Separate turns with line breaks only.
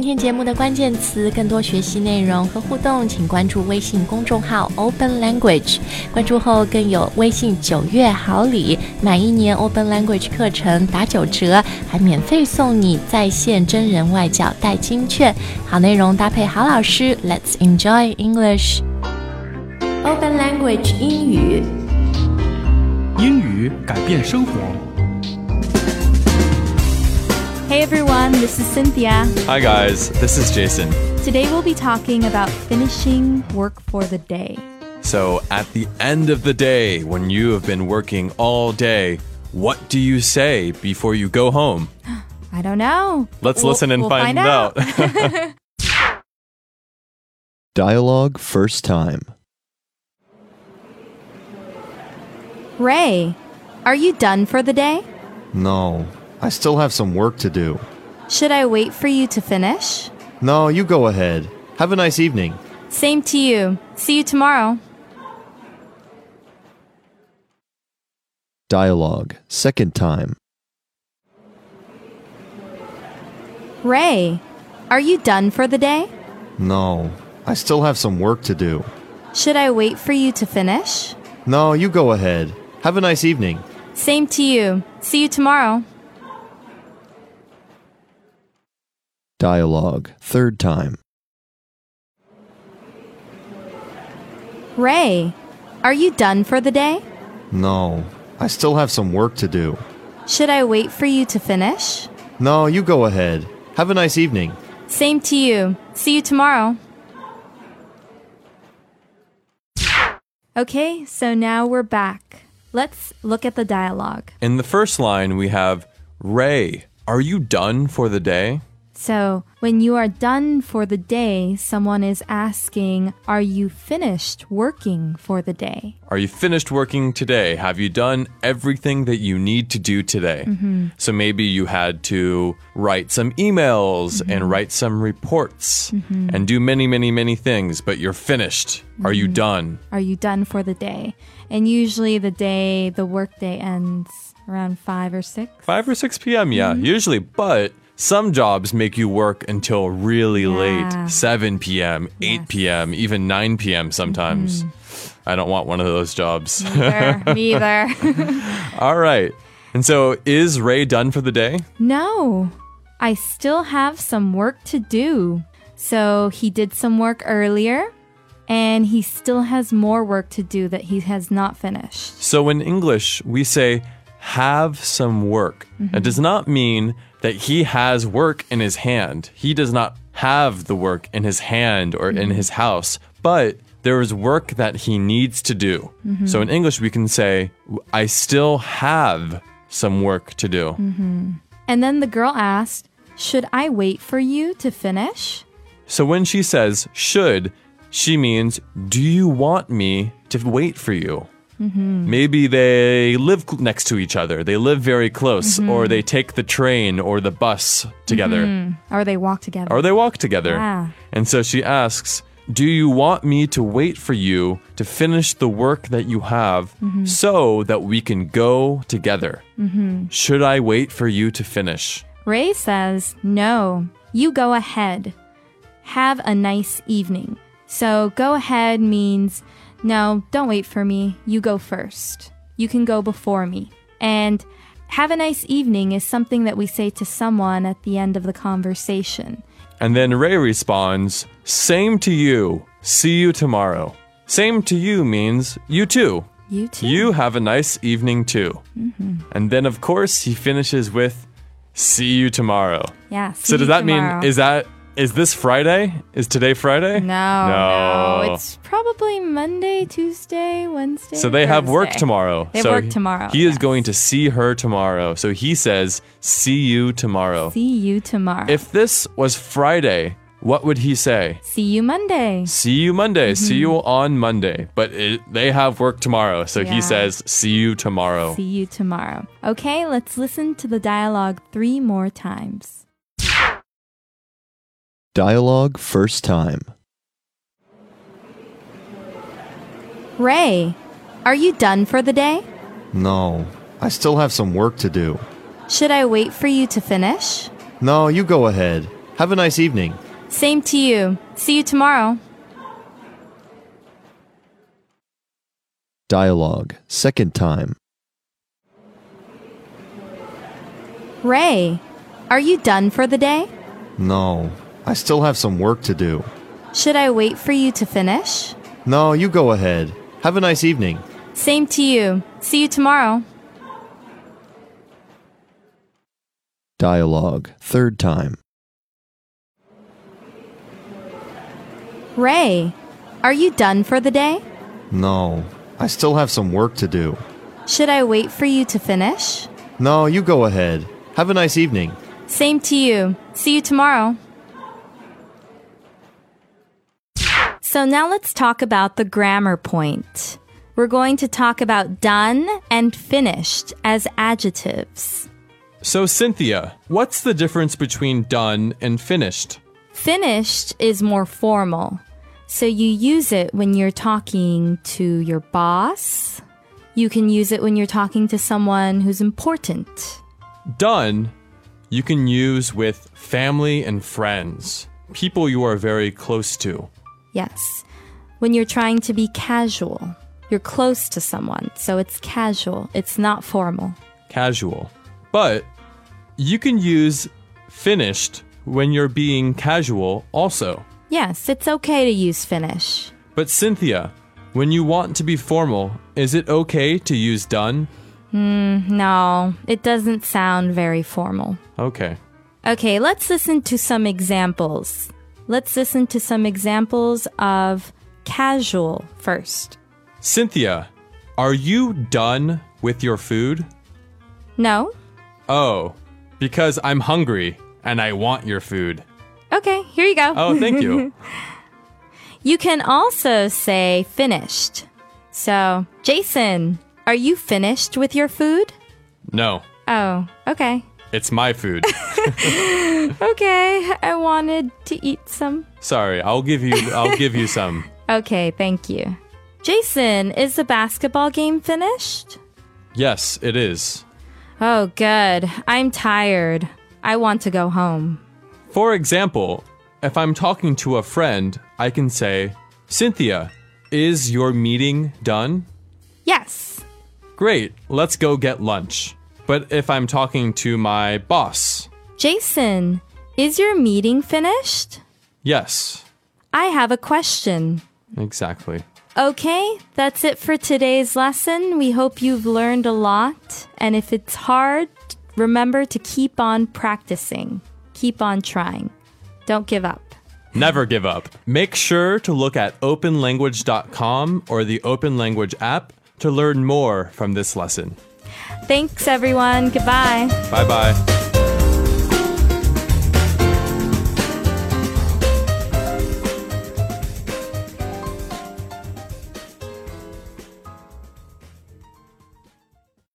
今天节目的关键词，更多学习内容和互动，请关注微信公众号 Open Language。关注后更有微信九月好礼，满一年 Open Language 课程打九折，还免费送你在线真人外教代金券。好内容搭配好老师，Let's enjoy English。Open Language 英语
英语改变生活。
Hey everyone, this is Cynthia.
Hi guys, this is Jason.
Today we'll be talking about finishing work for the day.
So, at the end of the day, when you have been working all day, what do you say before you go home?
I don't know.
Let's
We'll-
listen and
we'll
find,
find out.
out.
Dialogue first time.
Ray, are you done for the day?
No, I still have some work to do.
Should I wait for you to finish?
No, you go ahead. Have a nice evening.
Same to you. See you tomorrow.
Dialogue second time.
Ray, are you done for the day?
No, I still have some work to do.
Should I wait for you to finish?
No, you go ahead. Have a nice evening.
Same to you. See you tomorrow.
Dialogue third time.
Ray, are you done for the day?
No, I still have some work to do.
Should I wait for you to finish?
No, you go ahead. Have a nice evening.
Same to you. See you tomorrow. Okay, so now we're back. Let's look at the dialogue.
In the first line, we have Ray, are you done for the day?
So, when you are done for the day, someone is asking, Are you finished working for the day?
Are you finished working today? Have you done everything that you need to do today? So maybe you had to write some emails and write some reports and do many, many, many things, but you're finished. Are you done?
Are you done for the day? And usually the day, the work day ends around 5 or 6.
5 or 6 p.m., yeah, usually, but some jobs make you work until really
Yeah.
late 7 p.m., 8 p.m., even 9 p.m. sometimes. I don't want one of those jobs.
Neither. neither.
All right. And so is Ray done for the day?
No, I still have some work to do. So he did some work earlier, and he still has more work to do that he has not finished.
So in English, we say have some work. That does not mean that he has work in his hand. He does not have the work in his hand or in his house, but there is work that he needs to do. So in English, we can say, I still have some work to do.
And then the girl asked, Should I wait for you to finish?
So when she says should, she means do you want me to wait for you? Maybe they live cl- next to each other. They live very close, or they take the train or the bus together,
Or they walk together.
or they walk together.
Ah.
And so she asks, Do you want me to wait for you to finish the work that you have so that we can go together? Should I wait for you to finish?
Ray says, No, you go ahead. Have a nice evening. So go ahead means, No, don't wait for me. You go first. You can go before me. And have a nice evening is something that we say to someone at the end of the conversation.
And then Ray responds, Same to you. See you tomorrow. Same to you means you too.
You too.
You have a nice evening too.
Mm-hmm.
And then, of course, he finishes with, See you tomorrow.
Yeah.
so, does that mean, is that, is this Friday? Is today Friday?
no,
No.
no, It's probably Monday, Tuesday, Wednesday.
so they have work
Thursday.
tomorrow.
They have
so
work tomorrow.
He is
yes.
going to see her tomorrow. So he says, See you tomorrow.
see you tomorrow.
if this was Friday, what would he say?
see you Monday.
see you Monday. See you on Monday. But it, they have work tomorrow. So
Mm-hmm. Yeah.
he says, see you tomorrow.
See you tomorrow. Okay, let's listen to the dialogue three more times.
Dialogue first time.
Ray, are you done for the day?
No, I still have some work to do.
Should I wait for you to finish?
No, you go ahead. Have a nice evening.
Same to you. See you tomorrow.
Dialogue, second time.
Ray, are you done for the day?
No, I still have some work to do.
Should I wait for you to finish?
No, you go ahead. Have a nice evening.
Same to you. See you tomorrow.
Dialogue, third time.
Ray, are you done for the day?
No, I still have some work to do.
Should I wait for you to finish?
No, you go ahead. Have a nice evening.
Same to you. See you tomorrow. So now let's talk about the grammar point. We're going to talk about done and finished as adjectives.
So, Cynthia, what's the difference between done and finished?
Finished is more formal. So you use it when you're talking to your boss. You can use it when you're talking to someone who's important.
Done, you can use with family and friends, people you are very close to.
Yes. When you're trying to be casual, you're close to someone. So it's casual, it's not formal.
casual. But you can use finished when you're being casual also.
Yes, it's okay to use finish.
But Cynthia, when you want to be formal, is it okay to use done?
No, it doesn't sound very formal.
Okay.
Okay, let's listen to some examples. Let's listen to some examples of casual first.
Cynthia, are you done with your food?
No?
Oh, because I'm hungry and I want your food.
Okay, here you go.
Oh, thank you.
You can also say finished. So, Jason, are you finished with your food?
No,
Oh, okay.
it's my food.
Okay, I wanted to eat some.
Sorry, I'll give you I'll give you some.
Okay, thank you. Jason, is the basketball game finished?
Yes, it is.
Oh, good. I'm tired. I want to go home.
For example, if I'm talking to a friend, I can say, Cynthia, is your meeting done?
Yes.
Great, let's go get lunch. But if I'm talking to my boss,
Jason, is your meeting finished?
yes,
I have a question.
exactly.
Okay, that's it for today's lesson. We hope you've learned a lot. And if it's hard, remember to keep on practicing, keep on trying. Don't give up.
Never give up. Make sure to look at openlanguage.com or the Open Language app to learn more from this lesson.
Thanks, everyone. Goodbye.
Bye bye.